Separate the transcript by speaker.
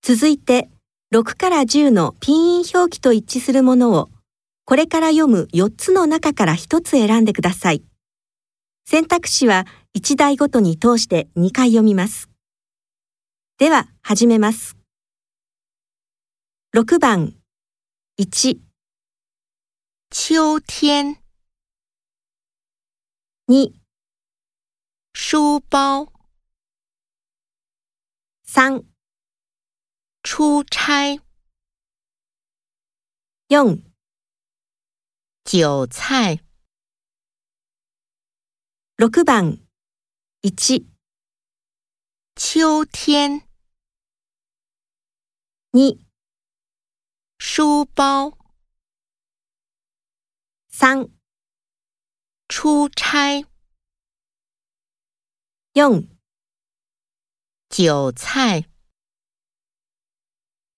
Speaker 1: 続いて、6から10のピンイン表記と一致するものを、これから読む4つの中から1つ選んでください。選択肢は1台ごとに通して2回読みます。では、始めます。6番、1、
Speaker 2: 秋天，
Speaker 1: 2、
Speaker 2: 书包，
Speaker 1: 3、
Speaker 2: 出差，
Speaker 1: 4、
Speaker 2: 韭菜，
Speaker 1: 6番、1、
Speaker 2: 秋天，
Speaker 1: 2、
Speaker 2: 书包，
Speaker 1: 3、
Speaker 2: 出差，
Speaker 1: 4、
Speaker 2: 韭菜，